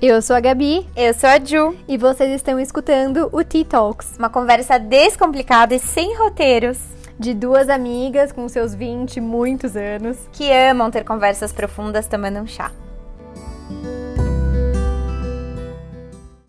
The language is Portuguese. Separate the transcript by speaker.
Speaker 1: Eu sou a Gabi
Speaker 2: Eu sou a Ju,
Speaker 1: e vocês estão escutando o Tea Talks
Speaker 2: uma conversa descomplicada e sem roteiros,
Speaker 1: de duas amigas com seus 20 e muitos anos.
Speaker 2: que amam ter conversas profundas tomando um chá.